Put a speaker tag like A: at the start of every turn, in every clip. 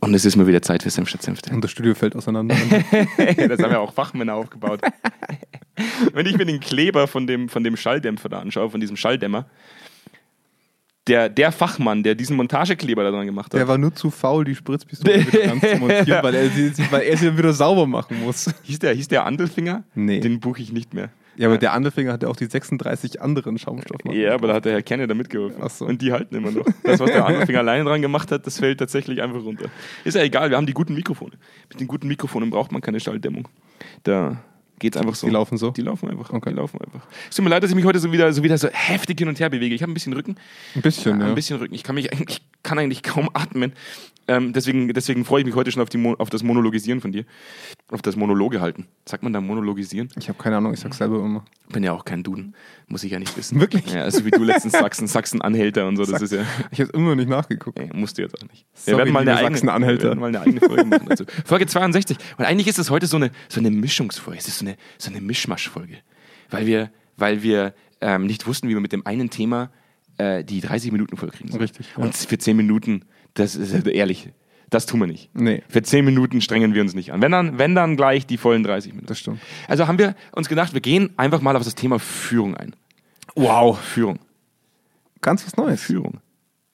A: Und es ist mal wieder Zeit für Senf statt Senfte.
B: Und das Studio fällt auseinander.
A: das haben ja auch Fachmänner aufgebaut. Wenn ich mir den Kleber von dem, von dem Schalldämpfer da anschaue, von diesem Schalldämmer, der, der Fachmann, der diesen Montagekleber da dran gemacht hat,
B: Der war nur zu faul, die Spritzpistole mit Kranz zu montieren, weil er, sie, weil er sie dann wieder sauber machen muss.
A: hieß der, hieß der Andelfinger?
B: Nee.
A: Den buche ich nicht mehr.
B: Ja, aber der Andelfinger hat ja auch die 36 anderen Schaumstoffmarken.
A: Ja, aber da hat der Herr Kerne da mitgeholfen.
B: Ach so.
A: Und die halten immer noch. Das, was der Anfinger alleine dran gemacht hat, das fällt tatsächlich einfach runter. Ist ja egal, wir haben die guten Mikrofone. Mit den guten Mikrofonen braucht man keine Schalldämmung. Da geht's einfach so.
B: Die laufen so?
A: Die laufen einfach.
B: Oh. Okay.
A: Die laufen einfach. Es tut mir leid, dass ich mich heute so wieder so, wieder so heftig hin und her bewege. Ich habe ein bisschen Rücken.
B: Ein bisschen, ja.
A: Ein bisschen Rücken. Ich kann, mich, eigentlich- ich kann eigentlich kaum atmen. Ähm, deswegen, deswegen freue ich mich heute schon auf, die Mo auf das Monologisieren von dir. Auf das Monologe halten. Sagt man da Monologisieren?
B: Ich habe keine Ahnung, ich sag's selber immer.
A: bin ja auch kein Duden, muss ich ja nicht wissen.
B: Wirklich?
A: Ja, also wie du letztens Sachsen, Sachsen-Anhälter und so, das ist ja,
B: Ich habe immer nicht nachgeguckt.
A: ey, musst du jetzt auch nicht.
B: Sorry, liebe Sachsen-Anhälter.
A: wir werden mal eine eigene Folge machen dazu. Folge 62. Und eigentlich ist es heute so eine, so eine Mischungsfolge, es ist so eine, so eine Mischmasch-Folge, weil wir, weil wir ähm, nicht wussten, wie wir mit dem einen Thema äh, die 30 Minuten vollkriegen sollen.
B: Richtig, ja.
A: Und für 10 Minuten, das ist äh, ehrlich, das tun wir nicht.
B: Nee.
A: Für 10 Minuten strengen wir uns nicht an. Wenn dann, wenn dann gleich die vollen 30 Minuten.
B: Das stimmt.
A: Also haben wir uns gedacht, wir gehen einfach mal auf das Thema Führung ein. Wow. Führung.
B: Ganz was Neues.
A: Führung.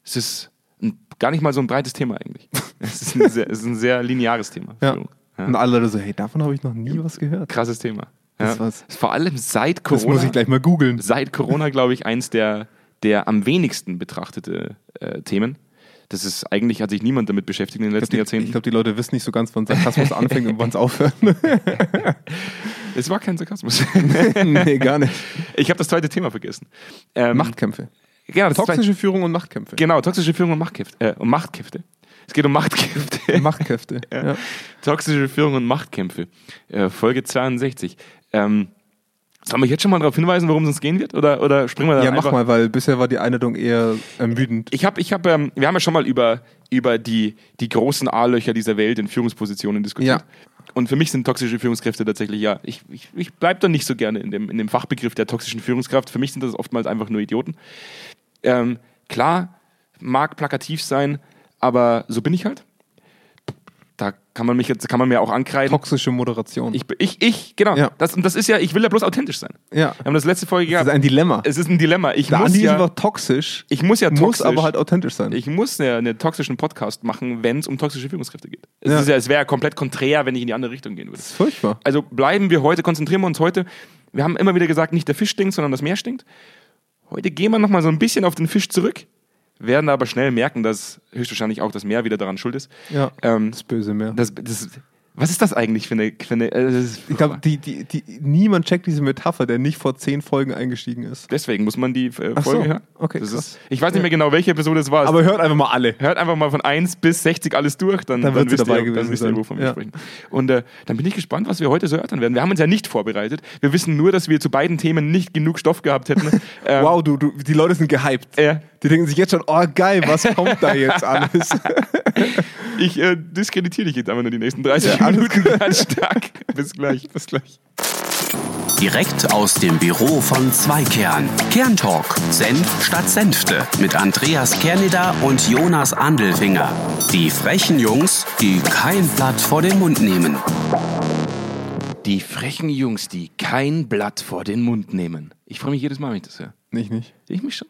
A: Es ist ein, gar nicht mal so ein breites Thema eigentlich. Es ist ein sehr, es ist ein sehr lineares Thema.
B: Ja.
A: Führung.
B: Und alle Leute so, hey, davon habe ich noch nie was gehört.
A: Krasses Thema.
B: Das
A: Ja.
B: war's.
A: Vor allem seit
B: Das muss
A: Corona,
B: ich gleich mal googeln.
A: seit Corona glaube ich, eins der, der am wenigsten betrachtete äh, Themen. Das ist eigentlich, hat sich niemand damit beschäftigt in den letzten
B: Ich
A: Jahrzehnten.
B: glaube, die Leute wissen nicht so ganz, wann Sarkasmus anfängt und wann es aufhört.
A: es war kein Sarkasmus.
B: nee, gar nicht.
A: ich habe das zweite Thema vergessen. Ähm,
B: Machtkämpfe.
A: genau, das zweite-
B: Toxische Führung und Machtkämpfe.
A: Genau, toxische Führung und Machtgift, äh, und Machtgifte. Es geht um Machtgifte.
B: Machtkämpfe. Ja.
A: toxische Führung und Machtkämpfe. Äh, Folge 62. Ähm, sollen wir jetzt schon mal darauf hinweisen, worum es uns gehen wird? Oder, oder springen wir da
B: Ja,
A: einfach?
B: mach mal, weil bisher war die Einladung eher ermüdend.
A: Ich habe, ich hab, ähm, wir haben ja schon mal über, über die, die großen A-Löcher dieser Welt in Führungspositionen diskutiert.
B: Ja.
A: Und für mich sind toxische Führungskräfte tatsächlich, ja, ich, ich, ich bleibe da nicht so gerne in dem, in dem Fachbegriff der toxischen Führungskraft. Für mich sind das oftmals einfach nur Idioten. Ähm, klar, mag plakativ sein, aber so bin ich halt. Da kann man mich jetzt, kann man mir auch ankreiden.
B: Toxische Moderation.
A: Ich, ich, ich, genau.
B: Ja.
A: Das, und das ist ja, ich will ja bloß authentisch sein.
B: ja.
A: Wir haben das letzte Folge
B: Das
A: gehabt.
B: ist ein Dilemma.
A: Es ist ein Dilemma. Ich
B: Der
A: muss
B: Andi ist
A: ja,
B: einfach toxisch,
A: ich muss ja toxisch
B: muss aber halt authentisch sein.
A: ich muss ja einen toxischen Podcast machen, wenn es um toxische Führungskräfte geht. Es,
B: Ja.
A: ist ja, es wäre ja komplett konträr, wenn ich in die andere Richtung gehen würde.
B: das ist furchtbar.
A: Also bleiben wir heute, konzentrieren wir uns heute. Wir haben immer wieder gesagt, nicht der Fisch stinkt, sondern das Meer stinkt. Heute gehen wir nochmal so ein bisschen auf den Fisch zurück, werden aber schnell merken, dass höchstwahrscheinlich auch das Meer wieder daran schuld ist.
B: Ja.
A: Ähm,
B: Das böse Meer.
A: das, das, was ist das eigentlich für eine... Für eine äh, das ist
B: ich glaube, die, die, die, niemand checkt diese Metapher, der nicht vor zehn Folgen eingestiegen ist.
A: deswegen muss man die äh,
B: Ach so.
A: Folge hören.
B: Okay,
A: das
B: krass.
A: ist, ich weiß nicht mehr genau, welche Episode es war. Es
B: Aber hört einfach mal alle.
A: Hört einfach mal von 1 bis 60 alles durch, dann,
B: Dann wird sie
A: wisst
B: dabei
A: ihr,
B: gewesen
A: dann wisst
B: sein.
A: ihr, wovon wir
B: Ja.
A: sprechen. Und äh, dann bin ich gespannt, was wir heute so erörtern werden. Wir haben uns ja nicht vorbereitet. Wir wissen nur, dass wir zu beiden Themen nicht genug Stoff gehabt hätten. Ähm,
B: Wow, du, du, die Leute sind gehypt.
A: Ja.
B: Die denken sich jetzt schon, oh geil, was kommt da jetzt alles?
A: Ich äh, diskreditiere dich jetzt einfach nur die nächsten 30
B: Ja, alles
A: Minuten ganz stark. Bis gleich. Bis gleich.
C: Direkt aus dem Büro von Zweikern. Kerntalk. Senf statt Senfte. Mit Andreas Kerneder und Jonas Andelfinger. Die frechen Jungs, die kein Blatt vor den Mund nehmen.
A: Die frechen Jungs, die kein Blatt vor den Mund nehmen. Ich freue mich jedes Mal, wenn ich das höre.
B: nicht, nicht.
A: Ich mich schon.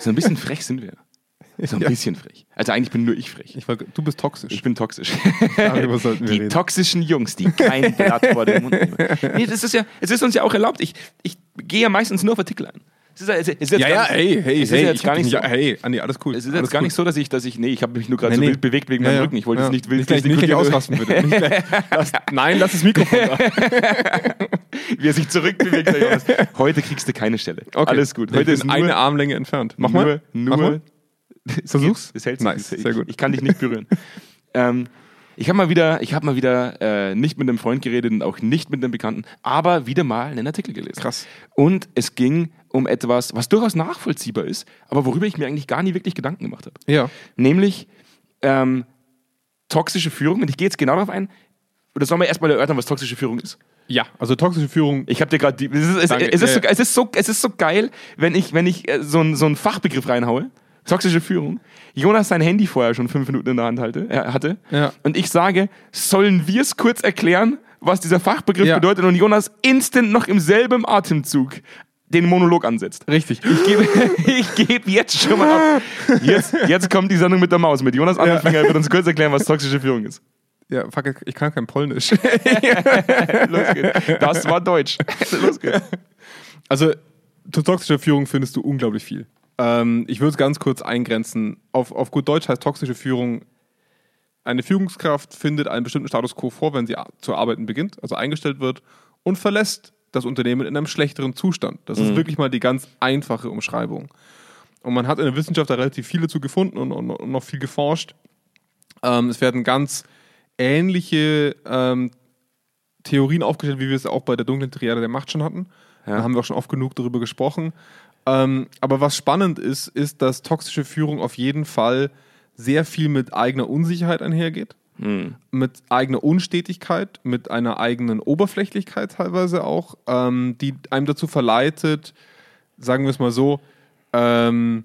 A: So ein bisschen frech sind wir. So ein
B: Ja.
A: bisschen frech. Also eigentlich bin nur ich frech.
B: Ich war, du bist toxisch.
A: Ich bin toxisch.
B: Darüber sollten wir
A: die
B: reden.
A: toxischen Jungs, die kein Blatt vor den Mund nehmen. Nee, das ist ja, es ist uns ja auch erlaubt. Ich, ich gehe ja meistens nur auf Artikel ein. Es ist, ja- es ist jetzt
B: Ja,
A: gar
B: ja,
A: nicht-
B: hey, hey,
A: es ist ja
B: hey.
A: jetzt gar nicht so,
B: ja, hey, Andi, alles cool.
A: es ist
B: alles
A: jetzt gar
B: cool.
A: nicht so, dass ich, dass ich, nee, ich habe mich nur gerade
B: Nee,
A: so
B: nee.
A: wild bewegt wegen
B: Ja,
A: meinem
B: ja.
A: Rücken. Ich wollte
B: Ja.
A: es nicht wild
B: Nicht gleich, nicht gleich ausrasten, bitte. Nicht gleich, lass, nein, lass das Mikrofon da.
A: wie er sich zurückbewegt. Herr Jonas. Heute kriegst du keine Stelle. Alles gut.
B: Heute
A: Heute
B: ich
A: ist
B: bin
A: nur,
B: eine Armlänge entfernt. Mach
A: nur,
B: mal.
A: nur,
B: Mach mal.
A: Es
B: Versuch's.
A: geht. Es hält sich.
B: Nice,
A: Ich-
B: sehr gut.
A: Ich kann dich nicht berühren. ähm, ich habe mal wieder, ich hab mal wieder äh, nicht mit einem Freund geredet und auch nicht mit einem Bekannten, aber wieder mal einen Artikel gelesen.
B: Krass.
A: Und es ging um etwas, was durchaus nachvollziehbar ist, aber worüber ich mir eigentlich gar nie wirklich Gedanken gemacht habe.
B: Ja.
A: Nämlich ähm, toxische Führung. Und ich gehe jetzt genau darauf ein. Oder sollen wir erstmal erörtern, was toxische Führung ist?
B: Ja, also toxische Führung.
A: Ich habe dir gerade die. Es ist, es,
B: Danke.
A: es, ist so,
B: Ja, ja.
A: es, ist so, es ist so geil, wenn ich, wenn ich äh, so, einen- so einen Fachbegriff reinhaue. Toxische Führung. Jonas sein Handy vorher schon fünf Minuten in der Hand halte, äh, hatte.
B: Ja.
A: Und ich sage, sollen wir es kurz erklären, was dieser Fachbegriff
B: Ja.
A: bedeutet? Und Jonas instant noch im selben Atemzug den Monolog ansetzt.
B: Richtig. Ich gebe
A: Ich gebe jetzt schon mal ab. Jetzt, jetzt kommt die Sendung mit der Maus mit. Jonas Anfinger wird uns kurz erklären, was toxische Führung ist.
B: ja, fuck, ich kann kein Polnisch.
A: Los geht's. Das war Deutsch. Los geht's.
B: Also zu toxischer Führung findest du unglaublich viel. Ähm, ich würde es ganz kurz eingrenzen. Auf, auf gut Deutsch heißt toxische Führung, eine Führungskraft findet einen bestimmten Status quo vor, wenn sie a- zu arbeiten beginnt, also eingestellt wird und verlässt das Unternehmen in einem schlechteren Zustand. Das ist wirklich mal die ganz einfache Umschreibung. Und man hat in der Wissenschaft da relativ viele zu gefunden und, und, und noch viel geforscht. Ähm, es werden ganz ähnliche ähm, Theorien aufgestellt, wie wir es auch bei der dunklen Triade der Macht schon hatten. Da haben wir auch schon oft genug darüber gesprochen. Ähm, aber was spannend ist, ist, dass toxische Führung auf jeden Fall sehr viel mit eigener Unsicherheit einhergeht, mit eigener Unstetigkeit, mit einer eigenen Oberflächlichkeit teilweise auch, ähm, die einem dazu verleitet, sagen wir es mal so, ähm,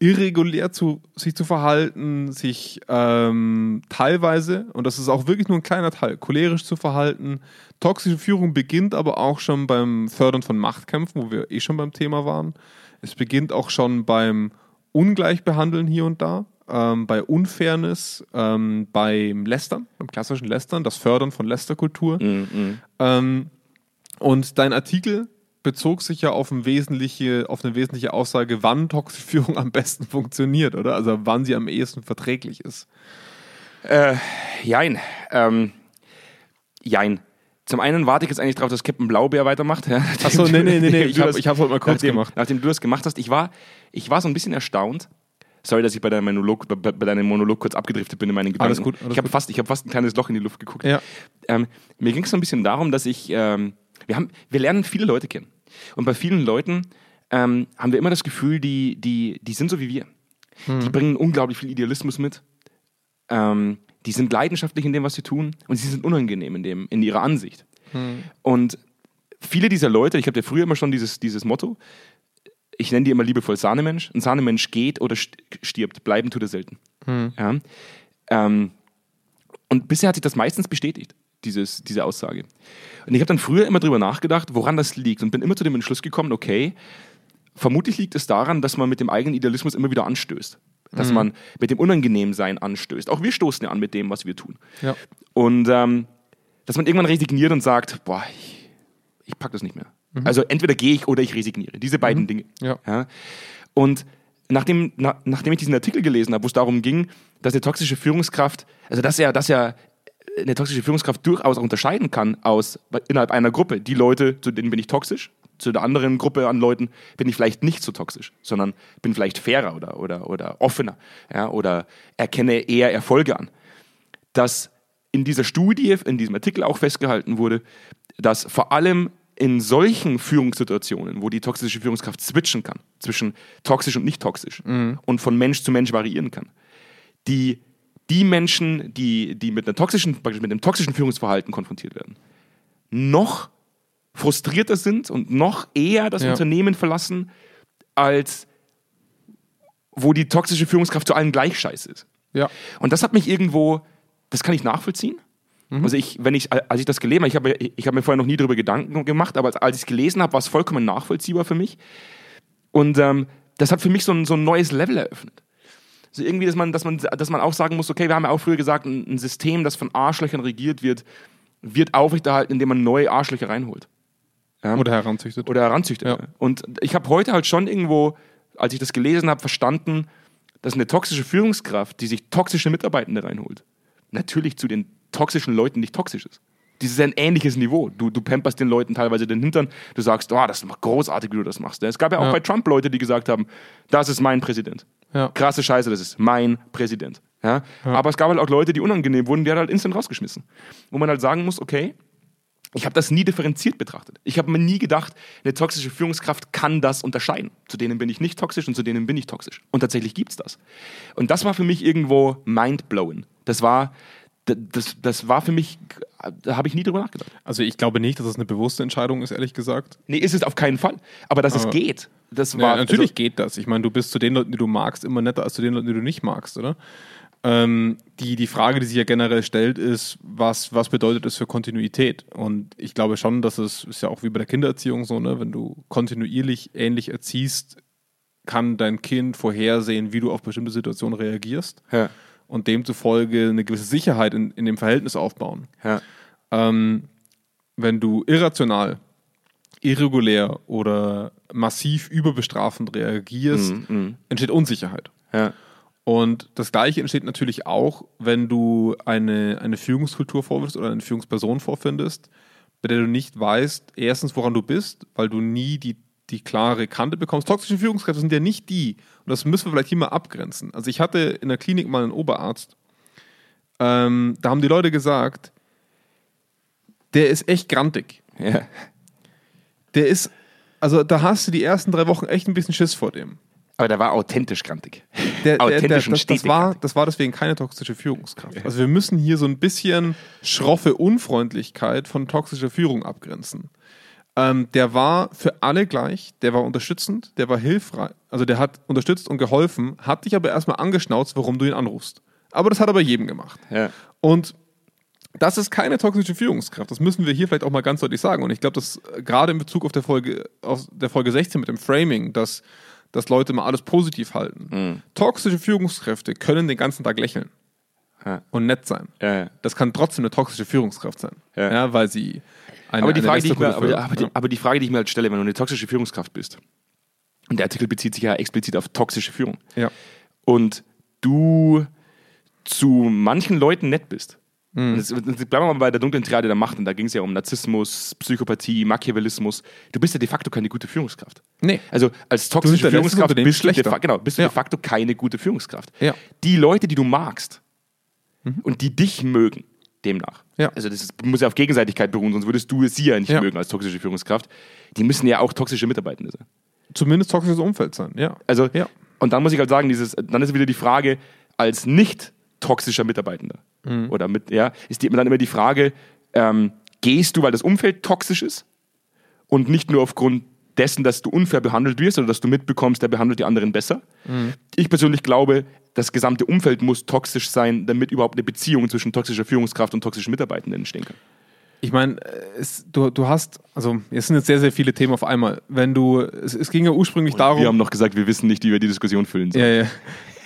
B: irregulär zu, sich zu verhalten, sich ähm, teilweise, und das ist auch wirklich nur ein kleiner Teil, cholerisch zu verhalten. Toxische Führung beginnt aber auch schon beim Fördern von Machtkämpfen, wo wir eh schon beim Thema waren. Es beginnt auch schon beim Ungleichbehandeln hier und da, ähm, bei Unfairness, ähm, beim Lästern, beim klassischen Lästern, das Fördern von Lästerkultur. Ähm, und dein Artikel bezog sich ja auf, ein wesentliche, auf eine wesentliche Aussage, wann toxische Führung am besten funktioniert, oder? Also wann sie am ehesten verträglich ist.
A: Jein. Ähm, jein. Zum einen warte ich jetzt eigentlich drauf, dass Captain Blaubeer weitermacht. Ja,
B: so, nee, nee, nee, nee, ich
A: Du
B: hab-
A: das-
B: ich hab's heute mal kurz
A: nachdem,
B: gemacht.
A: Nachdem du das gemacht hast, ich war, ich war so ein bisschen erstaunt. Sorry, dass ich bei deinem Monolog, bei, bei deinem Monolog kurz abgedriftet bin in meinen Gedanken.
B: Alles gut, alles
A: ich habe
B: gut.
A: fast, ich hab fast ein kleines Loch in die Luft geguckt.
B: Ja.
A: Ähm, mir ging es so ein bisschen darum, dass ich, ähm, wir, haben, wir lernen viele Leute kennen. Und bei vielen Leuten ähm, haben wir immer das Gefühl, die, die, die sind so wie wir. Die bringen unglaublich viel Idealismus mit. Ähm, die sind leidenschaftlich in dem, was sie tun. Und sie sind unangenehm in, dem, in ihrer Ansicht. Und viele dieser Leute, ich habe ja früher immer schon dieses, dieses Motto, ich nenne die immer liebevoll Sahnemensch. Ein Sahnemensch geht oder st- stirbt. Bleiben tut er selten. Ja. Ähm, und bisher hat sich das meistens bestätigt, dieses, diese Aussage. Und ich habe dann früher immer drüber nachgedacht, woran das liegt und bin immer zu dem Entschluss gekommen, okay, vermutlich liegt es daran, dass man mit dem eigenen Idealismus immer wieder anstößt. Dass man mit dem Unangenehmsein anstößt. Auch wir stoßen ja an mit dem, was wir tun.
B: Ja.
A: Und ähm, dass man irgendwann resigniert und sagt, boah, ich, ich pack das nicht mehr. Also entweder gehe ich oder ich resigniere. Diese beiden Dinge.
B: Ja.
A: Ja? Und nachdem, na, nachdem ich diesen Artikel gelesen habe, wo es darum ging, dass eine toxische Führungskraft, also dass er, dass er eine toxische Führungskraft durchaus auch unterscheiden kann aus innerhalb einer Gruppe. Die Leute, zu denen bin ich toxisch, zu der anderen Gruppe an Leuten bin ich vielleicht nicht so toxisch, sondern bin vielleicht fairer oder, oder, oder offener ja, oder erkenne eher Erfolge an dass in dieser Studie, in diesem Artikel auch festgehalten wurde, dass vor allem in solchen Führungssituationen, wo die toxische Führungskraft switchen kann, zwischen toxisch und nicht toxisch und von Mensch zu Mensch variieren kann, die, die Menschen, die, die mit, einer toxischen, praktisch mit einem toxischen Führungsverhalten konfrontiert werden, noch frustrierter sind und noch eher das
B: Ja.
A: Unternehmen verlassen, als wo die toxische Führungskraft zu allen gleich scheiße ist.
B: Ja.
A: Und das hat mich irgendwo, das kann ich nachvollziehen. Also ich, wenn ich, als ich das gelesen habe, ich habe, ich habe mir vorher noch nie darüber Gedanken gemacht, aber als, als ich es gelesen habe, war es vollkommen nachvollziehbar für mich. Und ähm, das hat für mich so ein, so ein neues Level eröffnet. Also irgendwie, dass man, dass, man, dass man auch sagen muss, okay, wir haben ja auch früher gesagt, ein, ein System, das von Arschlöchern regiert wird, wird aufrechterhalten, indem man neue Arschlöcher reinholt
B: Oder heranzüchtet.
A: oder heranzüchtet.
B: Ja.
A: Und ich habe heute halt schon irgendwo, als ich das gelesen habe, verstanden, dass eine toxische Führungskraft, die sich toxische Mitarbeitende reinholt, natürlich zu den toxischen Leuten nicht toxisch ist. Das ist ein ähnliches Niveau. Du, du pamperst den Leuten teilweise den Hintern. Du sagst, oh, das ist großartig, wie du das machst. Es gab ja auch
B: Ja.
A: bei Trump Leute, die gesagt haben, das ist mein Präsident.
B: Ja.
A: Krasse Scheiße, das ist mein Präsident. Ja? Aber es gab halt auch Leute, die unangenehm wurden, die hat er halt instant rausgeschmissen. Wo man halt sagen muss, okay, ich habe das nie differenziert betrachtet. Ich habe mir nie gedacht, eine toxische Führungskraft kann das unterscheiden. Zu denen bin ich nicht toxisch und zu denen bin ich toxisch. Und tatsächlich gibt's das. Und das war für mich irgendwo mindblowing. Das war, d- d- das, das war für mich, da habe ich nie drüber nachgedacht.
B: Also ich glaube nicht, dass es das eine bewusste Entscheidung ist, ehrlich gesagt.
A: Nee, ist es auf keinen Fall. Aber dass es
B: Aber-
A: geht, das
B: Ja,
A: war.
B: natürlich
A: Also,
B: geht das. Ich meine, du bist zu den Leuten, die du magst, immer netter als zu den Leuten, die du nicht magst, oder? Ähm, die, die Frage, die sich ja generell stellt, ist, was, was bedeutet es für Kontinuität? Und ich glaube schon, dass es ist ja auch wie bei der Kindererziehung so, ne? wenn du kontinuierlich ähnlich erziehst, kann dein Kind vorhersehen, wie du auf bestimmte Situationen reagierst
A: Ja.
B: und demzufolge eine gewisse Sicherheit in, in dem Verhältnis aufbauen
A: ja.
B: ähm, wenn du irrational, irregulär oder massiv überbestrafend reagierst, entsteht Unsicherheit.
A: Ja.
B: Und das Gleiche entsteht natürlich auch, wenn du eine, eine Führungskultur vorfindest oder eine Führungsperson vorfindest, bei der du nicht weißt, erstens, woran du bist, weil du nie die, die klare Kante bekommst. Toxische Führungskräfte sind ja nicht die, und das müssen wir vielleicht hier mal abgrenzen. Also ich hatte in der Klinik mal einen Oberarzt, ähm, da haben die Leute gesagt, der ist echt grantig
A: Ja.
B: der ist, also da hast du die ersten drei Wochen echt ein bisschen Schiss vor dem.
A: Aber der war authentisch grantig.
B: Der, der, der,
A: Authentisch und
B: das, das,
A: stetig.
B: war, das war deswegen keine toxische Führungskraft. Also wir müssen hier so ein bisschen schroffe Unfreundlichkeit von toxischer Führung abgrenzen. Ähm, der war für alle gleich, der war unterstützend, der war hilfreich, also der hat unterstützt und geholfen, hat dich aber erstmal angeschnauzt, warum du ihn anrufst. Aber das hat er bei jedem gemacht.
A: Ja.
B: Und das ist keine toxische Führungskraft. Das müssen wir hier vielleicht auch mal ganz deutlich sagen. Und ich glaube, dass äh, gerade in Bezug auf der Folge, auf der Folge 16 mit dem Framing, dass, dass Leute mal alles positiv halten.
A: Mhm.
B: Toxische Führungskräfte können den ganzen Tag lächeln
A: Ja.
B: und nett sein.
A: Ja, ja.
B: Das kann trotzdem eine toxische Führungskraft sein.
A: Ja.
B: weil sie eine,
A: Aber die,
B: eine
A: Frage, die ich mir,
B: Restgruppe
A: aber,
B: für-
A: aber,
B: ja.
A: die, aber die Frage, die ich mir halt stelle, wenn du eine toxische Führungskraft bist, und der Artikel bezieht sich ja explizit auf toxische Führung,
B: ja.
A: und du zu manchen Leuten nett bist.
B: Hm.
A: Und jetzt, jetzt bleiben wir mal bei der dunklen Triade der Macht, und da ging es ja um Narzissmus, Psychopathie, Machiavellismus. Du bist ja de facto keine gute Führungskraft.
B: Nee.
A: Also als
B: Du bist
A: toxische
B: der Letzte
A: Führungskraft
B: unter den
A: bist du, de
B: Schlechter.
A: fa- genau, bist du
B: Ja.
A: de facto keine gute Führungskraft.
B: Ja. Mhm.
A: Die Leute, die du magst und die dich mögen, demnach.
B: Ja.
A: Also das ist, muss ja auf Gegenseitigkeit beruhen, sonst würdest du sie ja nicht
B: Ja.
A: mögen als toxische Führungskraft. Die müssen ja auch toxische Mitarbeitende sein.
B: Zumindest toxisches Umfeld sein, ja.
A: Also,
B: Ja.
A: und dann muss ich halt sagen, dieses, dann ist wieder die Frage, als nicht toxischer Mitarbeitender oder mit, ja, ist die, dann immer die Frage, ähm, gehst du, weil das Umfeld toxisch ist und nicht nur aufgrund dessen, dass du unfair behandelt wirst oder dass du mitbekommst, der behandelt die anderen besser. Ich persönlich glaube, das gesamte Umfeld muss toxisch sein, damit überhaupt eine Beziehung zwischen toxischer Führungskraft und toxischen Mitarbeitenden entstehen kann.
B: Ich meine, äh, es- du, du hast, also es sind jetzt sehr, sehr viele Themen auf einmal. Wenn du, es, es ging ja ursprünglich darum.
A: Wir haben noch gesagt, wir wissen nicht, wie wir die Diskussion füllen sollen.
B: Ja, ja.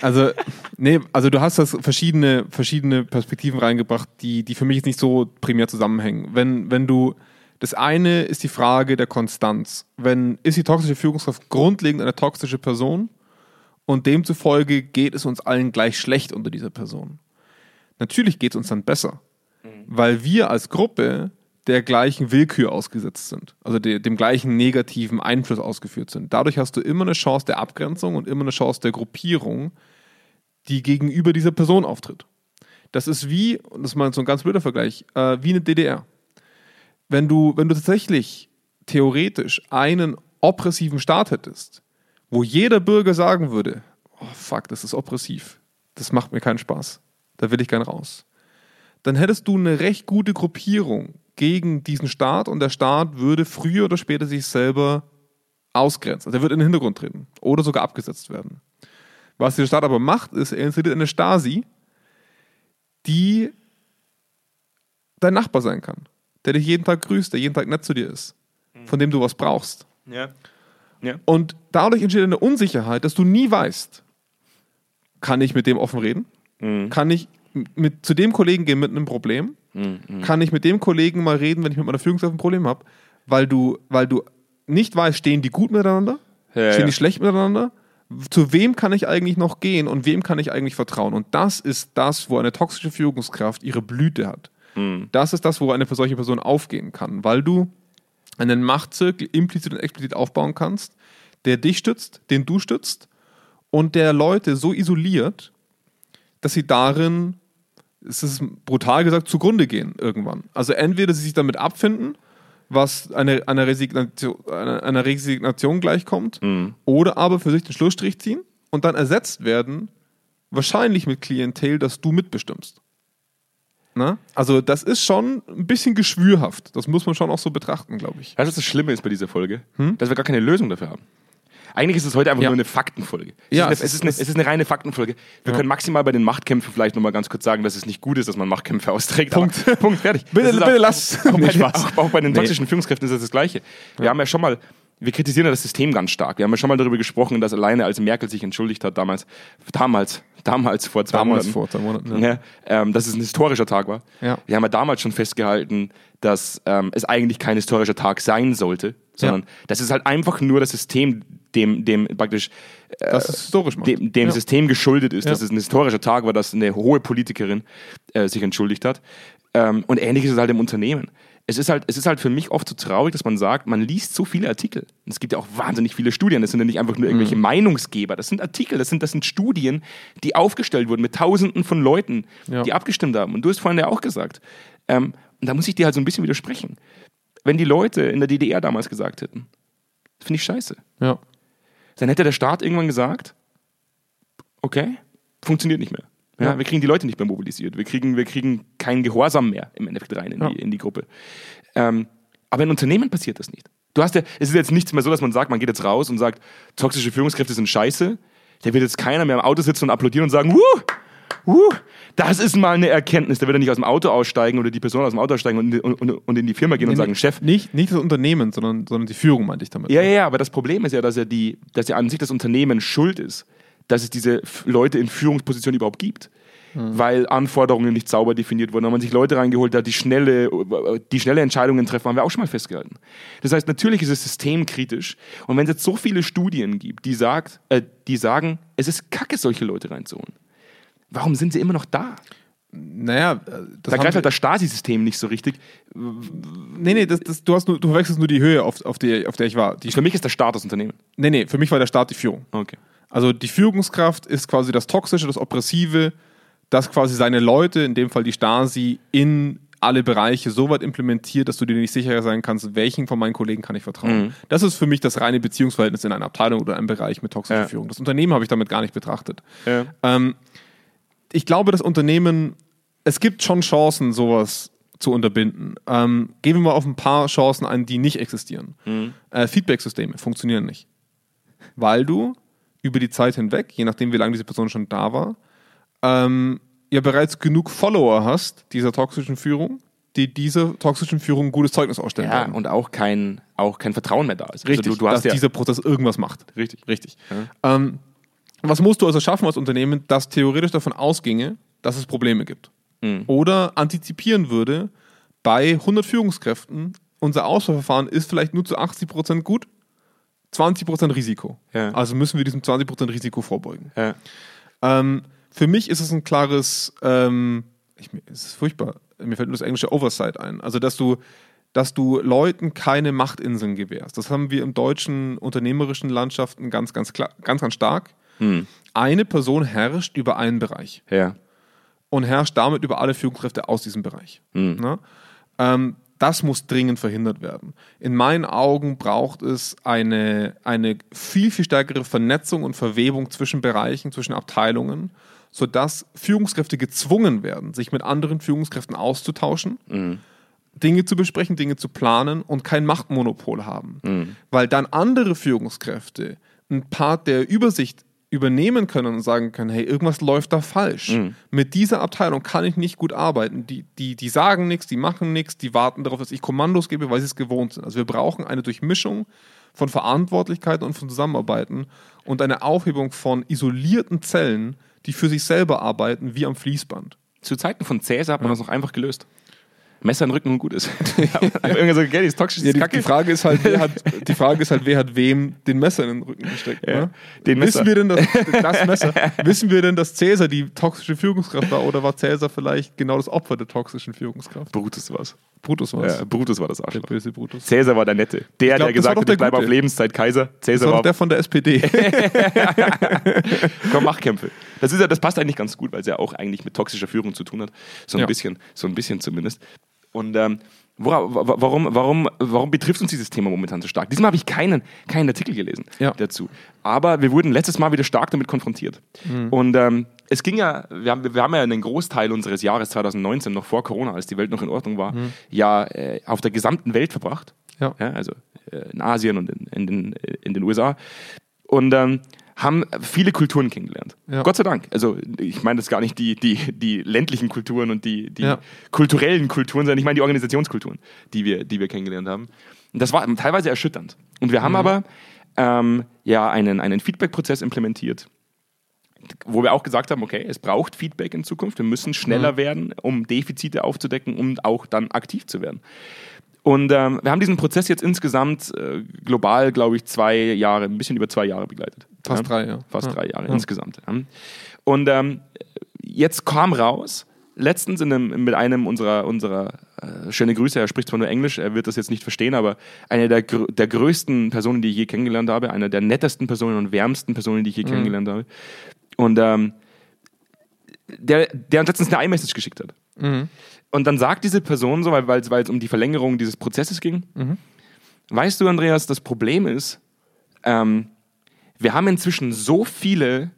B: Also, nee, also du hast das verschiedene, verschiedene Perspektiven reingebracht, die, die für mich jetzt nicht so primär zusammenhängen. Wenn, wenn du, das eine ist die Frage der Konstanz. Wenn, ist die toxische Führungskraft grundlegend eine toxische Person und demzufolge geht es uns allen gleich schlecht unter dieser Person. Natürlich geht es uns dann besser, weil wir als Gruppe der gleichen Willkür ausgesetzt sind, also de dem gleichen negativen Einfluss ausgeführt sind. Dadurch hast du immer eine Chance der Abgrenzung und immer eine Chance der Gruppierung, die gegenüber dieser Person auftritt. Das ist wie, und das ist mal so ein ganz blöder Vergleich, äh, wie eine DDR. Wenn du, wenn du tatsächlich theoretisch einen oppressiven Staat hättest, wo jeder Bürger sagen würde, oh fuck, das ist oppressiv, das macht mir keinen Spaß, da will ich gern raus, dann hättest du eine recht gute Gruppierung gegen diesen Staat und der Staat würde früher oder später sich selber ausgrenzen. Also er wird in den Hintergrund treten oder sogar abgesetzt werden. Was der Staat aber macht, ist, er installiert eine Stasi, die dein Nachbar sein kann, der dich jeden Tag grüßt, der jeden Tag nett zu dir ist, von dem du was brauchst.
A: Ja.
B: Und dadurch entsteht eine Unsicherheit, dass du nie weißt, kann ich mit dem offen reden?
A: Mhm.
B: Kann ich mit, zu dem Kollegen gehen mit einem Problem?
A: Mhm,
B: Kann ich mit dem Kollegen mal reden, wenn ich mit meiner Führungskraft ein Problem habe? Weil du, weil du nicht weißt, stehen die gut miteinander?
A: Ja,
B: stehen
A: ja.
B: die schlecht miteinander? Zu wem kann ich eigentlich noch gehen und wem kann ich eigentlich vertrauen? Und das ist das, wo eine toxische Führungskraft ihre Blüte hat.
A: Mhm.
B: Das ist das, wo eine solche Person aufgehen kann, weil du einen Machtzirkel implizit und explizit aufbauen kannst, der dich stützt, den du stützt und der Leute so isoliert, dass sie darin, es ist brutal gesagt, zugrunde gehen irgendwann. Also entweder sie sich damit abfinden, was einer, einer, Resignation, einer, einer Resignation gleichkommt,
A: Mhm.
B: oder aber für sich den Schlussstrich ziehen und dann ersetzt werden, wahrscheinlich mit Klientel, das du mitbestimmst. Ne? Also das ist schon ein bisschen geschwürhaft. Das muss man schon auch so betrachten, glaube ich.
A: Weißt du, was das Schlimme ist bei dieser Folge? Dass wir gar keine Lösung dafür haben. Eigentlich ist es heute einfach
B: Hm? Ja.
A: nur eine Faktenfolge. Es,
B: Ja,
A: ist, eine, es,
B: es ist-
A: ist eine, es ist eine reine Faktenfolge. Wir können maximal bei den Machtkämpfen vielleicht nochmal ganz kurz sagen, dass es nicht gut ist, dass man Machtkämpfe austrägt.
B: Punkt.
A: Aber- Punkt, fertig.
B: Bitte-
A: Das ist
B: bitte lass-
A: Auch, auch,
B: Nee,
A: bei den,
B: Spaß.
A: auch, auch bei den
B: Nee.
A: toxischen Führungskräften ist das das Gleiche. Wir haben ja schon mal, wir kritisieren ja das System ganz stark. Wir haben ja schon mal darüber gesprochen, dass alleine, als Merkel sich entschuldigt hat damals, damals, damals vor zwei
B: Damals
A: Monaten,
B: vor zwei Monaten, ja.
A: ja. ähm, dass es ein historischer Tag war.
B: Ja.
A: Wir haben ja damals schon festgehalten, dass ähm, es eigentlich kein historischer Tag sein sollte, sondern das ist halt einfach nur das System, dem, dem praktisch äh,
B: Das ist historisch macht.
A: dem, dem
B: ja.
A: System geschuldet ist,
B: Ja.
A: dass es ein historischer Tag war, dass eine hohe Politikerin äh, sich entschuldigt hat. Ähm, und ähnlich ist es halt im Unternehmen. Es ist, halt, es ist halt für mich oft so traurig, dass man sagt, man liest so viele Artikel. Und es gibt ja auch wahnsinnig viele Studien. Das sind ja nicht einfach nur
B: Mhm.
A: irgendwelche Meinungsgeber. Das sind Artikel, das sind, das sind Studien, die aufgestellt wurden mit Tausenden von Leuten,
B: Ja.
A: die abgestimmt haben. Und du hast vorhin ja auch gesagt. Ähm, und da muss ich dir halt so ein bisschen widersprechen. Wenn die Leute in der DDR damals gesagt hätten, finde ich scheiße
B: ja.
A: dann hätte der Staat irgendwann gesagt, okay, funktioniert nicht mehr. Ja,
B: Ja.
A: Wir kriegen die Leute nicht mehr mobilisiert. Wir kriegen, wir kriegen keinen Gehorsam mehr im Endeffekt rein in,
B: Ja.
A: die, in die Gruppe. Ähm, aber in Unternehmen passiert das nicht. Du hast ja, es ist jetzt nicht mehr so, dass man sagt, man geht jetzt raus und sagt, toxische Führungskräfte sind scheiße. Da wird jetzt keiner mehr im Auto sitzen und applaudieren und sagen, wuh, wuh, das ist mal eine Erkenntnis. Da wird er nicht aus dem Auto aussteigen oder die Person aus dem Auto aussteigen und, und, und, und in die Firma gehen und sagen, Chef,
B: Nicht, nicht das Unternehmen, sondern, sondern die Führung meinte ich damit.
A: ja, ja, ja, aber das Problem ist ja, dass ja die, dass ja an sich das Unternehmen schuld ist, dass es diese F- Leute in Führungspositionen überhaupt gibt.
B: Hm.
A: Weil Anforderungen nicht sauber definiert wurden, weil man sich Leute reingeholt hat, die schnelle, äh, die schnelle Entscheidungen treffen, haben wir auch schon mal festgehalten. Das heißt, natürlich ist es systemkritisch. Und wenn es jetzt so viele Studien gibt, die, sagt, äh, die sagen, es ist kacke, solche Leute reinzuholen, warum sind sie immer noch da?
B: Naja, äh, das
A: Da
B: haben
A: greift
B: wir-
A: halt das Stasi-System nicht so richtig.
B: Nee, nee, das, das, du, hast nur, du verwechselst nur die Höhe, auf, auf, die, auf der ich war. Die,
A: Für mich ist der Staat das Unternehmen.
B: nee, nee, für mich war der Staat die Führung.
A: Okay.
B: Also die Führungskraft ist quasi das Toxische, das Oppressive, das quasi seine Leute, in dem Fall die Stasi, in alle Bereiche so weit implementiert, dass du dir nicht sicher sein kannst, welchen von meinen Kollegen kann ich vertrauen. Das ist für mich das reine Beziehungsverhältnis in einer Abteilung oder einem Bereich mit toxischer
A: Ja.
B: Führung. Das Unternehmen habe ich damit gar nicht betrachtet.
A: Ja.
B: Ähm, ich glaube, das Unternehmen, es gibt schon Chancen, sowas zu unterbinden. Ähm, gehen wir mal auf ein paar Chancen ein, die nicht existieren. Äh, Feedback-Systeme funktionieren nicht. Weil du über die Zeit hinweg, je nachdem, wie lange diese Person schon da war, ähm, ja bereits genug Follower hast dieser toxischen Führung, die dieser toxischen Führung ein gutes Zeugnis ausstellen
A: Ja,
B: werden.
A: und auch kein, auch kein Vertrauen mehr da ist.
B: Richtig,
A: also du, du hast
B: dass
A: ja,
B: dieser Prozess irgendwas macht.
A: Richtig.
B: Richtig. Ähm, was musst du also schaffen als Unternehmen, das theoretisch davon ausginge, dass es Probleme gibt?
A: Hm.
B: Oder antizipieren würde, bei 100 Führungskräften, unser Auswahlverfahren ist vielleicht nur zu 80% gut, 20% Risiko.
A: Ja.
B: Also müssen wir diesem 20% Risiko vorbeugen.
A: Ja.
B: Ähm, für mich ist es ein klares, ähm, ich, mir- es ist furchtbar, mir fällt nur das englische Oversight ein. Also, dass du, dass du Leuten keine Machtinseln gewährst. Das haben wir im deutschen unternehmerischen Landschaften ganz, ganz, klar, ganz, ganz stark.
A: Hm.
B: Eine Person herrscht über einen Bereich
A: Ja.
B: und herrscht damit über alle Führungskräfte aus diesem Bereich. Ne? Ähm, das muss dringend verhindert werden. In meinen Augen braucht es eine, eine viel, viel stärkere Vernetzung und Verwebung zwischen Bereichen, zwischen Abteilungen, sodass Führungskräfte gezwungen werden, sich mit anderen Führungskräften auszutauschen, Dinge zu besprechen, Dinge zu planen und kein Machtmonopol haben. Weil dann andere Führungskräfte einen Part der Übersicht übernehmen können und sagen können, hey, irgendwas läuft da falsch. Mit dieser Abteilung kann ich nicht gut arbeiten. Die, die, die sagen nichts, die machen nichts, die warten darauf, dass ich Kommandos gebe, weil sie es gewohnt sind. Also wir brauchen eine Durchmischung von Verantwortlichkeiten und von Zusammenarbeiten und eine Aufhebung von isolierten Zellen, die für sich selber arbeiten, wie am Fließband.
A: Zu Zeiten von Cäsar hat man das noch einfach gelöst. Messer in den Rücken und gut ist. Ich hab irgendwie so, gell, die ist toxisch, die, ist kacke.
B: Frage ist halt, wer hat, die Frage ist halt, wer hat wem den Messer in den Rücken gesteckt. Ne?
A: den
B: wissen
A: Messer.
B: wir denn, dass, das Messer, wissen wir denn, dass Cäsar die toxische Führungskraft war oder war Cäsar vielleicht genau das Opfer der toxischen Führungskraft?
A: Brutus war's.
B: Brutus war es.
A: Ja, Brutus war das
B: Der
A: Arschloch.
B: böse Brutus.
A: Cäsar war der Nette. Der, der
B: glaub, das war
A: gesagt
B: doch
A: hat,
B: der
A: ich bleib
B: Gute.
A: auf Lebenszeit Kaiser. Cäsar
B: Das war
A: war
B: doch der von der SPD.
A: komm, mach Kämpfe. Das, ist ja, das passt eigentlich ganz gut, weil es ja auch eigentlich mit toxischer Führung zu tun hat. So ein
B: Ja.
A: bisschen, so ein bisschen zumindest. Und ähm, wora, wa- warum, warum, warum betrifft uns dieses Thema momentan so stark? Diesmal habe ich keinen, keinen Artikel gelesen
B: Ja. Hm.
A: dazu. Aber wir wurden letztes Mal wieder stark damit konfrontiert. Und ähm, es ging ja, wir haben, wir haben ja einen Großteil unseres Jahres 2019, noch vor Corona, als die Welt noch in Ordnung war, ja äh, auf der gesamten Welt verbracht.
B: Hm. Ja.
A: also äh, in Asien und in, in, den, äh, in den USA. Und ähm, haben viele Kulturen kennengelernt.
B: Ja.
A: Gott sei Dank. Also ich meine das gar nicht die, die, die ländlichen Kulturen und die, die
B: Ja.
A: kulturellen Kulturen, sondern ich meine die Organisationskulturen, die wir, die wir kennengelernt haben. Und das war teilweise erschütternd. Und wir haben
B: Mhm.
A: aber ähm, ja einen, einen Feedback-Prozess implementiert, wo wir auch gesagt haben, okay, es braucht Feedback in Zukunft, wir müssen schneller
B: Mhm.
A: werden, um Defizite aufzudecken, um auch dann aktiv zu werden. Und ähm, wir haben diesen Prozess jetzt insgesamt äh, global, glaube ich, zwei Jahre, ein bisschen über zwei Jahre begleitet.
B: Fast
A: Ja?
B: drei, ja.
A: Fast
B: Ja.
A: drei Jahre insgesamt. Ja. Und ähm, jetzt kam raus, letztens in einem, mit einem unserer, unserer äh, schöne Grüße, er spricht zwar nur Englisch, er wird das jetzt nicht verstehen, aber eine der, grö- der größten Personen, die ich je kennengelernt habe, eine der nettesten Personen und wärmsten Personen, die ich je
B: Mhm.
A: kennengelernt habe. Und ähm, der, der uns letztens eine iMessage geschickt hat. Und dann sagt diese Person so, weil weil- weil es um die Verlängerung dieses Prozesses ging, weißt du, Andreas, das Problem ist, ähm, wir haben inzwischen so viele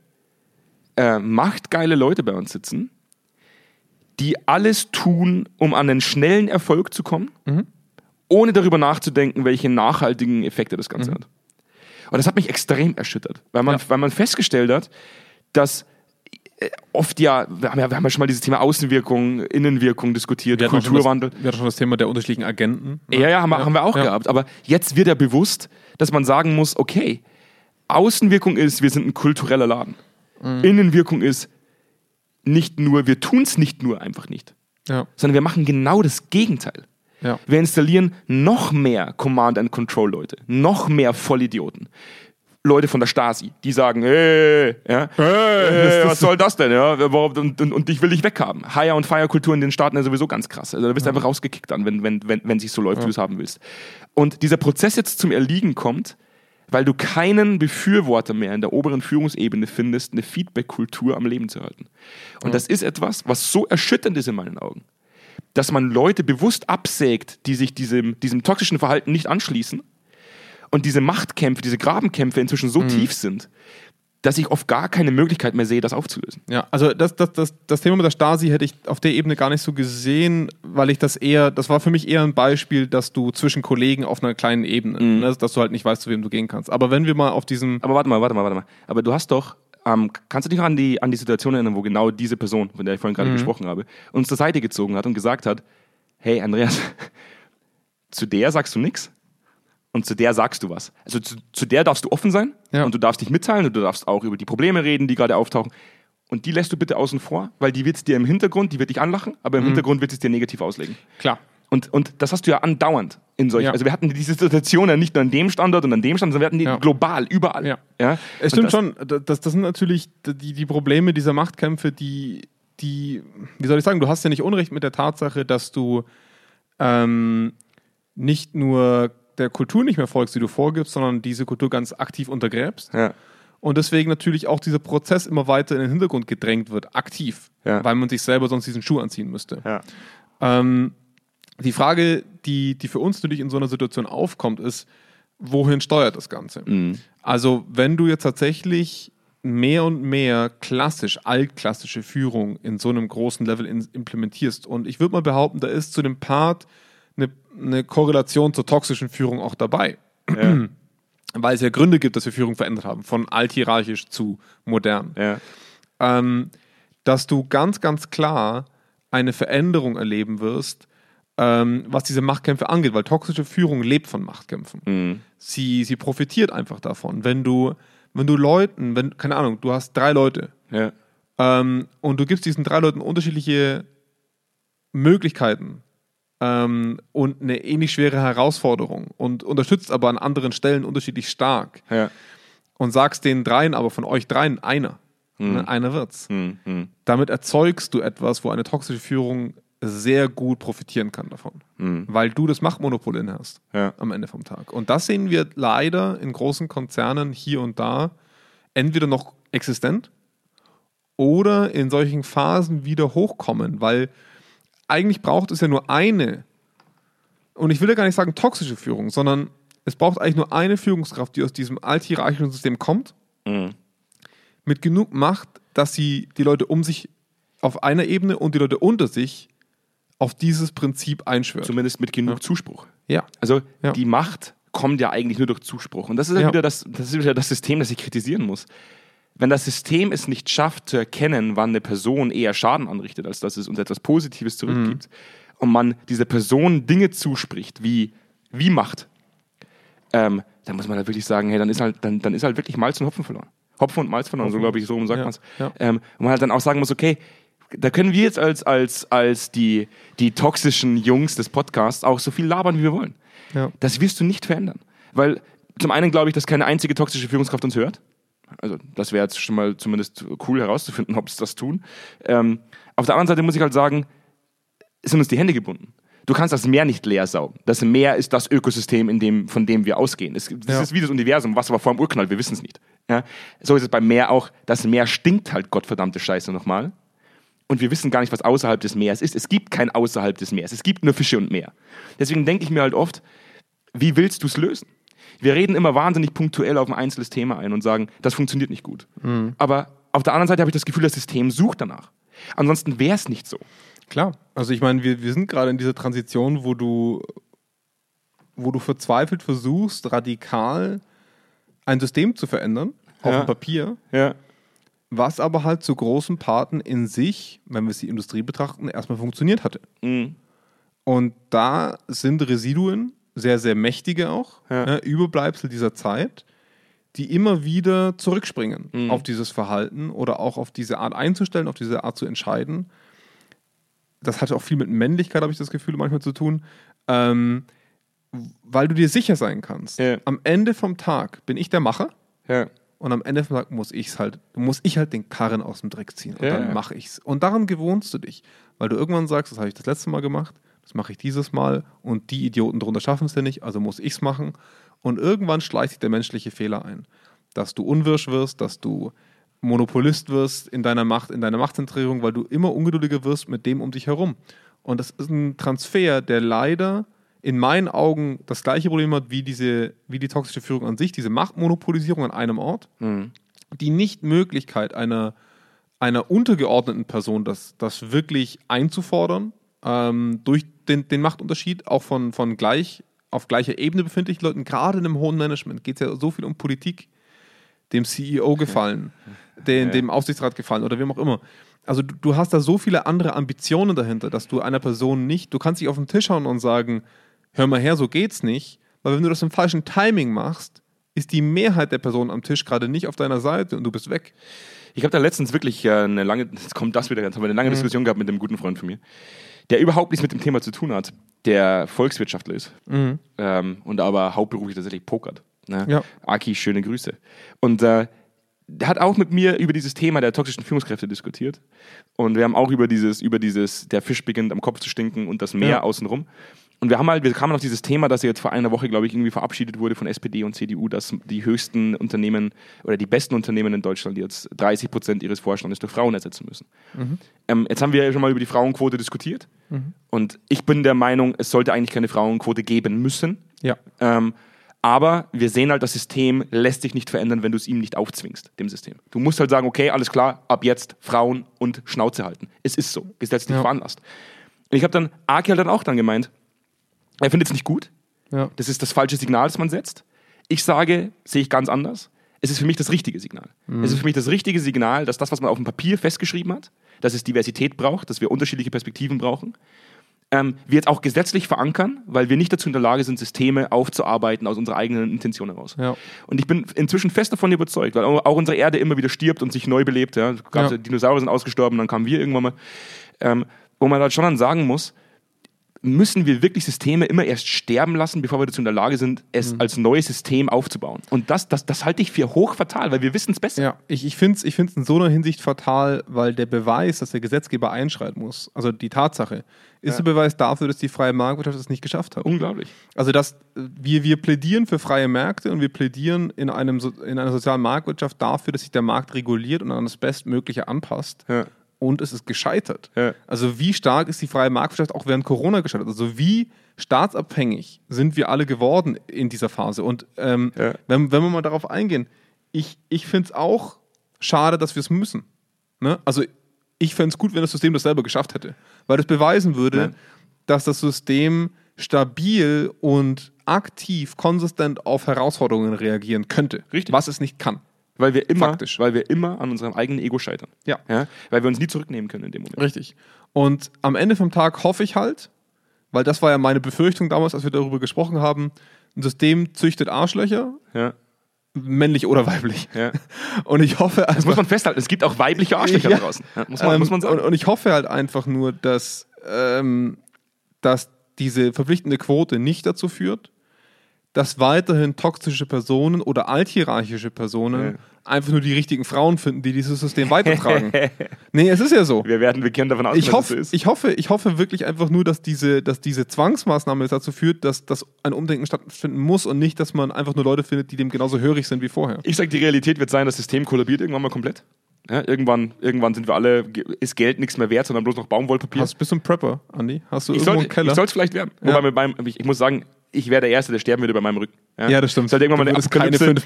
A: äh, machtgeile Leute bei uns sitzen, die alles tun, um an einen schnellen Erfolg zu kommen,
B: Mhm.
A: ohne darüber nachzudenken, welche nachhaltigen Effekte das
B: Mhm.
A: Ganze hat. Und das hat mich extrem erschüttert, weil man, weil man festgestellt hat, dass äh, oft ja, wir haben ja, wir haben ja schon mal dieses Thema Außenwirkung, Innenwirkung diskutiert,
B: Wir hatten auch schon
A: Kulturwandel.
B: Das, wir hatten schon das Thema der unterschiedlichen Agenten.
A: Ja, ja, haben, wir- haben wir auch
B: ja.
A: gehabt. Aber jetzt wird ja bewusst, dass man sagen muss, okay, Außenwirkung ist, wir sind ein kultureller Laden. Innenwirkung ist nicht nur, wir tun es nicht nur einfach nicht,
B: Ja,
A: sondern wir machen genau das Gegenteil.
B: ja.
A: Wir installieren noch mehr Command-and-Control-Leute, noch mehr Vollidioten. Leute von der Stasi, die sagen, hey, ja, hey, Äh, was soll das denn? Ja, überhaupt, und, und, und dich will ich weghaben. Hire- und Fire-Kultur in den Staaten ist sowieso ganz krass. Also da bist du einfach rausgekickt dann, wenn, wenn, wenn, wenn sich so läuft, wie du es haben willst. Und dieser Prozess jetzt zum Erliegen kommt, weil du keinen Befürworter mehr in der oberen Führungsebene findest, eine Feedback-Kultur am Leben zu halten. Und das ist etwas, was so erschütternd ist in meinen Augen dass man Leute bewusst absägt, die sich diesem, diesem toxischen Verhalten nicht anschließen und diese Machtkämpfe, diese Grabenkämpfe inzwischen so tief sind, dass ich oft gar keine Möglichkeit mehr sehe, das aufzulösen.
B: Ja, also das, das, das, das Thema mit der Stasi hätte ich auf der Ebene gar nicht so gesehen, weil ich das eher, das war für mich eher ein Beispiel, dass du zwischen Kollegen auf einer kleinen Ebene, ne, dass du halt nicht weißt, zu wem du gehen kannst. Aber wenn wir mal auf diesem,
A: Aber warte mal, warte mal, warte mal. Aber du hast doch, ähm, kannst du dich noch an die, an die Situation erinnern, wo genau diese Person, von der ich vorhin gerade gesprochen habe, uns zur Seite gezogen hat und gesagt hat, hey Andreas, zu der sagst du nichts und zu der sagst du was. Also zu, zu der darfst du offen sein
B: Ja.
A: und du darfst dich mitteilen und du darfst auch über die Probleme reden, die gerade auftauchen. Und die lässt du bitte außen vor, weil die wird dir im Hintergrund, die wird dich anlachen, aber im Hintergrund wird sie es dir negativ auslegen.
B: klar,
A: Und, und das hast du ja andauernd in solchen.
B: Ja.
A: Also wir hatten diese Situation ja nicht nur an dem Standort und an dem Standort, sondern wir hatten die
B: Ja.
A: global, überall.
B: Ja.
A: Und
B: Es stimmt
A: das-
B: schon, da- das, das sind natürlich die, die Probleme dieser Machtkämpfe, die, die, wie soll ich sagen, du hast ja nicht Unrecht mit der Tatsache, dass du ähm, nicht nur der Kultur nicht mehr folgst, die du vorgibst, sondern diese Kultur ganz aktiv untergräbst.
A: Ja.
B: Und deswegen natürlich auch dieser Prozess immer weiter in den Hintergrund gedrängt wird, aktiv,
A: Ja.
B: weil man sich selber sonst diesen Schuh anziehen müsste.
A: Ja.
B: Ähm, die Frage, die, die für uns natürlich in so einer Situation aufkommt, ist, wohin steuert das Ganze? Also, wenn du jetzt tatsächlich mehr und mehr klassisch, altklassische Führung in so einem großen Level in, implementierst, und ich würde mal behaupten, da ist zu dem Part eine, eine Korrelation zur toxischen Führung auch dabei. Weil es ja Gründe gibt, dass wir Führung verändert haben, von althierarchisch zu modern
A: Ja.
B: ähm, dass du ganz, ganz klar eine Veränderung erleben wirst, ähm, was diese Machtkämpfe angeht, weil toxische Führung lebt von Machtkämpfen. Sie, sie profitiert einfach davon. Wenn du, wenn du Leuten, wenn, keine Ahnung, du hast drei Leute
A: Ja.
B: ähm, und du gibst diesen drei Leuten unterschiedliche Möglichkeiten ähm, und eine ähnlich schwere Herausforderung und unterstützt aber an anderen Stellen unterschiedlich stark
A: Ja.
B: und sagst den dreien, aber von euch dreien einer. Ne, einer wird's
A: Mhm.
B: damit erzeugst du etwas, wo eine toxische Führung sehr gut profitieren kann davon. Weil du das Machtmonopol inne hast
A: Ja.
B: am Ende vom Tag. Und das sehen wir leider in großen Konzernen hier und da entweder noch existent oder in solchen Phasen wieder hochkommen, weil eigentlich braucht es ja nur eine, und ich will ja gar nicht sagen toxische Führung, sondern es braucht eigentlich nur eine Führungskraft, die aus diesem althierarchischen System kommt mit genug Macht dass sie die Leute um sich auf einer Ebene und die Leute unter sich auf dieses Prinzip einschwört.
A: Zumindest mit genug Zuspruch.
B: ja.
A: Also
B: Ja.
A: die Macht kommt ja eigentlich nur durch Zuspruch. Und das ist ja.
B: Ja.
A: wieder das, das ist wieder das System, das ich kritisieren muss. Wenn das System es nicht schafft zu erkennen, wann eine Person eher Schaden anrichtet, als dass es uns etwas Positives zurückgibt,
B: Mhm.
A: und man dieser Person Dinge zuspricht, wie, wie Macht, ähm, dann muss man da wirklich sagen, hey, dann ist halt, dann, dann ist halt wirklich Malz und Hopfen verloren. Hopfen und Malz verloren, so glaube ich, so rum sagt
B: Ja,
A: man's.
B: ja.
A: Ähm, und man halt dann auch sagen muss, okay, da können wir jetzt als, als, als die, die toxischen Jungs des Podcasts auch so viel labern, wie wir wollen.
B: Ja.
A: Das wirst du nicht verändern. Weil zum einen glaube ich, dass keine einzige toxische Führungskraft uns hört. Also das wäre jetzt schon mal zumindest cool herauszufinden, ob es das tun. Ähm, auf der anderen Seite muss ich halt sagen, sind uns die Hände gebunden. Du kannst das Meer nicht leer saugen. Das Meer ist das Ökosystem, in dem, von dem wir ausgehen. Es, das
B: Ja.
A: ist wie das Universum, was war vor dem Urknall, wir wissen es nicht. Ja? So ist es beim Meer auch. Das Meer stinkt halt gottverdammte Scheiße nochmal. Und wir wissen gar nicht, was außerhalb des Meeres ist. Es gibt kein außerhalb des Meeres. Es gibt nur Fische und Meer. Deswegen denke ich mir halt oft, wie willst du es lösen? Wir reden immer wahnsinnig punktuell auf ein einzelnes Thema ein und sagen, das funktioniert nicht gut. Aber auf der anderen Seite habe ich das Gefühl, das System sucht danach. Ansonsten wäre es nicht so.
B: Klar. Also ich meine, wir, wir sind gerade in dieser Transition, wo du, wo du verzweifelt versuchst, radikal ein System zu verändern, auf
A: Ja.
B: dem Papier,
A: Ja.
B: was aber halt zu großen Parten in sich, wenn wir es die Industrie betrachten, erstmal funktioniert hatte.
A: Mhm.
B: Und da sind Residuen, sehr, sehr mächtige auch,
A: Ja.
B: ne, Überbleibsel dieser Zeit, die immer wieder zurückspringen
A: Mhm.
B: auf dieses Verhalten oder auch auf diese Art einzustellen, auf diese Art zu entscheiden. Das hat auch viel mit Männlichkeit, habe ich das Gefühl, manchmal zu tun. Ähm, weil du dir sicher sein kannst,
A: Ja.
B: am Ende vom Tag bin ich der Macher
A: Ja.
B: und am Ende vom Tag muss ich halt, muss ich halt den Karren aus dem Dreck ziehen und
A: Ja, ja.
B: dann mache ich's. Und daran gewohnst du dich, weil du irgendwann sagst, das habe ich das letzte Mal gemacht, das mache ich dieses Mal und die Idioten drunter schaffen es ja nicht, also muss ich's machen. Und irgendwann schleicht sich der menschliche Fehler ein, dass du unwirsch wirst, dass du Monopolist wirst in deiner Macht, in deiner Machtzentrierung, weil du immer ungeduldiger wirst mit dem um dich herum. Und das ist ein Transfer, der leider in meinen Augen das gleiche Problem hat wie, diese, wie die toxische Führung an sich, diese Machtmonopolisierung an einem Ort die Nichtmöglichkeit einer, einer untergeordneten Person, das, das wirklich einzufordern, ähm, durch den, den Machtunterschied auch von, von gleich auf gleicher Ebene befindlichen Leuten, gerade in einem hohen Management, geht es ja so viel um Politik, dem CEO gefallen, den, dem Aufsichtsrat gefallen oder wem auch immer. Also du, du hast da so viele andere Ambitionen dahinter, dass du einer Person nicht, du kannst dich auf den Tisch hauen und sagen, hör mal her, so geht's nicht, weil wenn du das im falschen Timing machst, ist die Mehrheit der Personen am Tisch gerade nicht auf deiner Seite und du bist weg.
A: Ich habe da letztens wirklich äh, eine lange, jetzt kommt das wieder, jetzt haben wir eine lange Diskussion gehabt mit einem guten Freund von mir, der überhaupt nichts mit dem Thema zu tun hat, der Volkswirtschaftler ist ähm, und aber hauptberuflich tatsächlich pokert. Ne?
B: Ja.
A: Aki, schöne Grüße. Und äh, der hat auch mit mir über dieses Thema der toxischen Führungskräfte diskutiert. Und wir haben auch über dieses, über dieses, der Fisch beginnt am Kopf zu stinken und das Meer
B: Ja.
A: außenrum. Und wir haben halt, wir kamen auf dieses Thema, dass jetzt vor einer Woche, glaube ich, irgendwie verabschiedet wurde von SPD und CDU, dass die höchsten Unternehmen oder die besten Unternehmen in Deutschland jetzt 30 Prozent ihres Vorstandes durch Frauen ersetzen müssen. Ähm, jetzt haben wir ja schon mal über die Frauenquote diskutiert. Und ich bin der Meinung, es sollte eigentlich keine Frauenquote geben müssen.
B: Ja.
A: Ähm, aber wir sehen halt, das System lässt sich nicht verändern, wenn du es ihm nicht aufzwingst, dem System. Du musst halt sagen, okay, alles klar, ab jetzt Frauen und Schnauze halten. Es ist so, gesetzlich
B: Ja.
A: veranlasst. Und ich habe dann, Aki hat dann auch dann gemeint, er findet es nicht gut,
B: Ja.
A: das ist das falsche Signal, das man setzt. Ich sage, sehe ich ganz anders. Es ist für mich das richtige Signal.
B: Mhm.
A: Es ist für mich das richtige Signal, dass das, was man auf dem Papier festgeschrieben hat, dass es Diversität braucht, dass wir unterschiedliche Perspektiven brauchen, ähm, wir jetzt auch gesetzlich verankern, weil wir nicht dazu in der Lage sind, Systeme aufzuarbeiten aus unserer eigenen Intention heraus.
B: Ja.
A: Und ich bin inzwischen fest davon überzeugt, weil auch unsere Erde immer wieder stirbt und sich neu belebt. Ja. Gab's,
B: Ja.
A: Dinosaurier sind ausgestorben, dann kamen wir irgendwann mal. Ähm, wo man halt schon dann sagen muss, müssen wir wirklich Systeme immer erst sterben lassen, bevor wir dazu in der Lage sind, es
B: Mhm.
A: als neues System aufzubauen. Und das, das, das halte ich für hochfatal, weil wir wissen es besser.
B: Ja, ich, ich finde es ich find's in so einer Hinsicht fatal, weil der Beweis, dass der Gesetzgeber einschreiten muss, also die Tatsache, ist der Beweis dafür, dass die freie Marktwirtschaft es nicht geschafft hat.
A: Unglaublich.
B: Also dass äh, wir, wir plädieren für freie Märkte und wir plädieren in, einem, so- in einer sozialen Marktwirtschaft dafür, dass sich der Markt reguliert und an das Bestmögliche anpasst.
A: Ja.
B: Und es ist gescheitert.
A: Ja.
B: Also wie stark ist die freie Marktwirtschaft auch während Corona gescheitert? Also wie staatsabhängig sind wir alle geworden in dieser Phase? Und ähm,
A: Ja.
B: wenn, wenn wir mal darauf eingehen, ich, ich finde es auch schade, dass wir es müssen. Ne? Also ich fände es gut, wenn das System das selber geschafft hätte, weil das beweisen würde,
A: Ja.
B: dass das System stabil und aktiv, konsistent auf Herausforderungen reagieren könnte,
A: Richtig.
B: was es nicht kann.
A: Weil wir immer,
B: Faktisch.
A: weil wir immer an unserem eigenen Ego scheitern.
B: Ja.
A: ja. Weil wir uns nie zurücknehmen können in dem Moment.
B: Richtig. Und am Ende vom Tag hoffe ich halt, weil das war ja meine Befürchtung damals, als wir darüber gesprochen haben, ein System züchtet Arschlöcher,
A: Ja.
B: männlich oder weiblich.
A: Ja.
B: Und ich hoffe
A: Das muss man festhalten. Es gibt auch weibliche Arschlöcher da draußen. Ja, muss, man,
B: ähm,
A: muss man sagen.
B: Und, und ich hoffe halt einfach nur, dass, ähm, dass diese verpflichtende Quote nicht dazu führt, dass weiterhin toxische Personen oder althierarchische Personen
A: Ja.
B: einfach nur die richtigen Frauen finden, die dieses System weitertragen. nee, es ist ja so.
A: Wir werden, wir können davon ausgehen,
B: Ich hoffe,
A: es so ist.
B: ich, hoffe, ich hoffe wirklich einfach nur, dass diese, dass diese Zwangsmaßnahme dazu führt, dass, dass ein Umdenken stattfinden muss und nicht, dass man einfach nur Leute findet, die dem genauso hörig sind wie vorher.
A: Ich sag, die Realität wird sein, das System kollabiert irgendwann mal komplett. Ja, irgendwann, irgendwann sind wir alle, ge- ist Geld nichts mehr wert, sondern bloß noch Baumwollpapier.
B: Hast, bist du ein Prepper, Andi? Hast du
A: ich
B: irgendwo
A: sollte
B: einen Keller?
A: ich soll's vielleicht werden.
B: Ja.
A: Wobei mit meinem, ich, ich muss sagen, ich wäre der Erste, der sterben würde bei meinem Rücken.
B: Ja, das stimmt.
A: Sollte irgendwann mal
B: Du
A: eine
B: würdest keine
A: Apokalypse-
B: fünf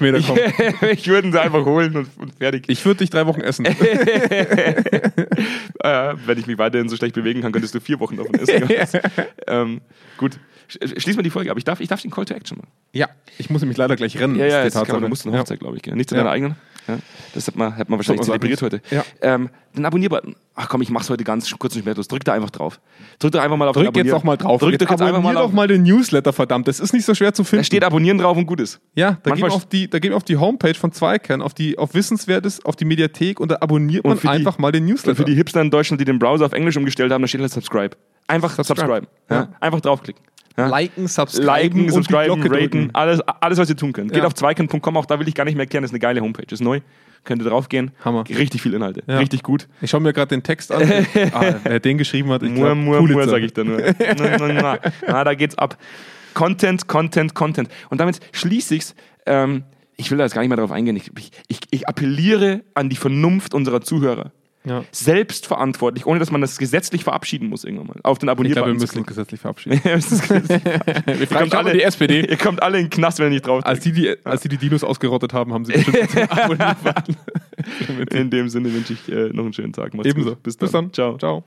B: Meter
A: ich würde ihn da einfach holen und, und fertig.
B: ich würde dich drei Wochen essen.
A: äh, wenn ich mich weiterhin so schlecht bewegen kann, könntest du vier Wochen davon essen. ähm, gut. Sch äh, schließ mal die Folge ab. Ich darf, ich darf den Call to Action machen.
B: Ja, ich muss nämlich leider gleich rennen.
A: Ja,
B: ist
A: ja,
B: die
A: jetzt kann man,
B: Tatsache.
A: du musst eine Hochzeit, glaube ich. Gell? Nicht zu
B: Ja.
A: deiner eigenen. Ja. Das hat man, hat man wahrscheinlich
B: Hat man
A: zelebriert heute.
B: gesagt. Ja.
A: Ähm, den Abonnier-Button. Ach komm, ich mach's heute ganz sch- kurz und schmerzlos. Drück da einfach drauf. Drück da einfach mal auf den
B: Drück jetzt
A: Abonnier-
B: noch mal drauf.
A: Drück
B: jetzt
A: doch jetzt einfach mal
B: abonnier
A: auf.
B: doch mal den Newsletter, verdammt. Das ist nicht so schwer zu finden.
A: Da steht Abonnieren drauf und gut ist.
B: ja, da geht
A: Manchmal-
B: man auf die, da geht man auf die Homepage von Zweikern, auf die, auf Wissenswertes, auf die Mediathek und da abonniert man
A: für die-
B: einfach mal den
A: Und
B: Newsletter.
A: für die Hipster in Deutschland, die den Browser auf Englisch umgestellt haben, da steht halt Subscribe. Einfach subscribe.
B: Subscribe.
A: Ja. Einfach draufklicken. Ja.
B: liken, subscriben,
A: liken, subscriben,
B: Glocke
A: raten,
B: drücken.
A: alles, alles, was ihr tun könnt. Geht
B: Ja.
A: auf zweikern.com, auch da will ich gar nicht mehr erklären, ist eine geile Homepage, ist neu, könnt ihr draufgehen.
B: Hammer.
A: Richtig viel Inhalte,
B: Ja.
A: richtig gut.
B: Ich schaue mir gerade den Text an. ah, wer den geschrieben hat, ich
A: Mua,
B: glaub,
A: mua, mua,
B: Pulitzer.
A: sag ich da nur. na, na, na. na, da geht's ab. Content, Content, Content. Und damit schließe ich's, ähm, ich will da jetzt gar nicht mehr drauf eingehen, ich, ich, ich, ich appelliere an die Vernunft unserer Zuhörer.
B: Ja.
A: Selbstverantwortlich, ohne dass man das gesetzlich verabschieden muss irgendwann mal. Auf den
B: Ich glaube, wir
A: Abonnierbutton.
B: müssen uns gesetzlich verabschieden.
A: wir
B: fragen schon mal die SPD.
A: Ihr kommt alle in den Knast, wenn ihr nicht drauf
B: Als die, die, als die die Dinos ausgerottet haben, haben sie bestimmt den Abonnier
A: In dem Sinne wünsche ich äh, noch einen schönen Tag. Macht's
B: Ebenso.
A: gut. Bis dann.
B: Bis dann.
A: Ciao.
B: Ciao.